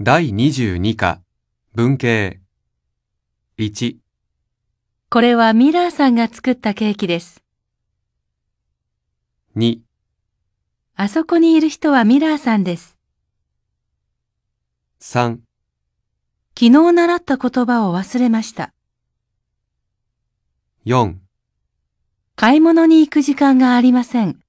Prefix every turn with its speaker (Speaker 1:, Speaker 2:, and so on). Speaker 1: 第22課、文系。1、
Speaker 2: これはミラーさんが作ったケーキです。
Speaker 1: 2、
Speaker 2: あそこにいる人はミラーさんです。
Speaker 1: 3、
Speaker 2: 昨日習った言葉を忘れました。
Speaker 1: 4。
Speaker 2: 買い物に行く時間がありません。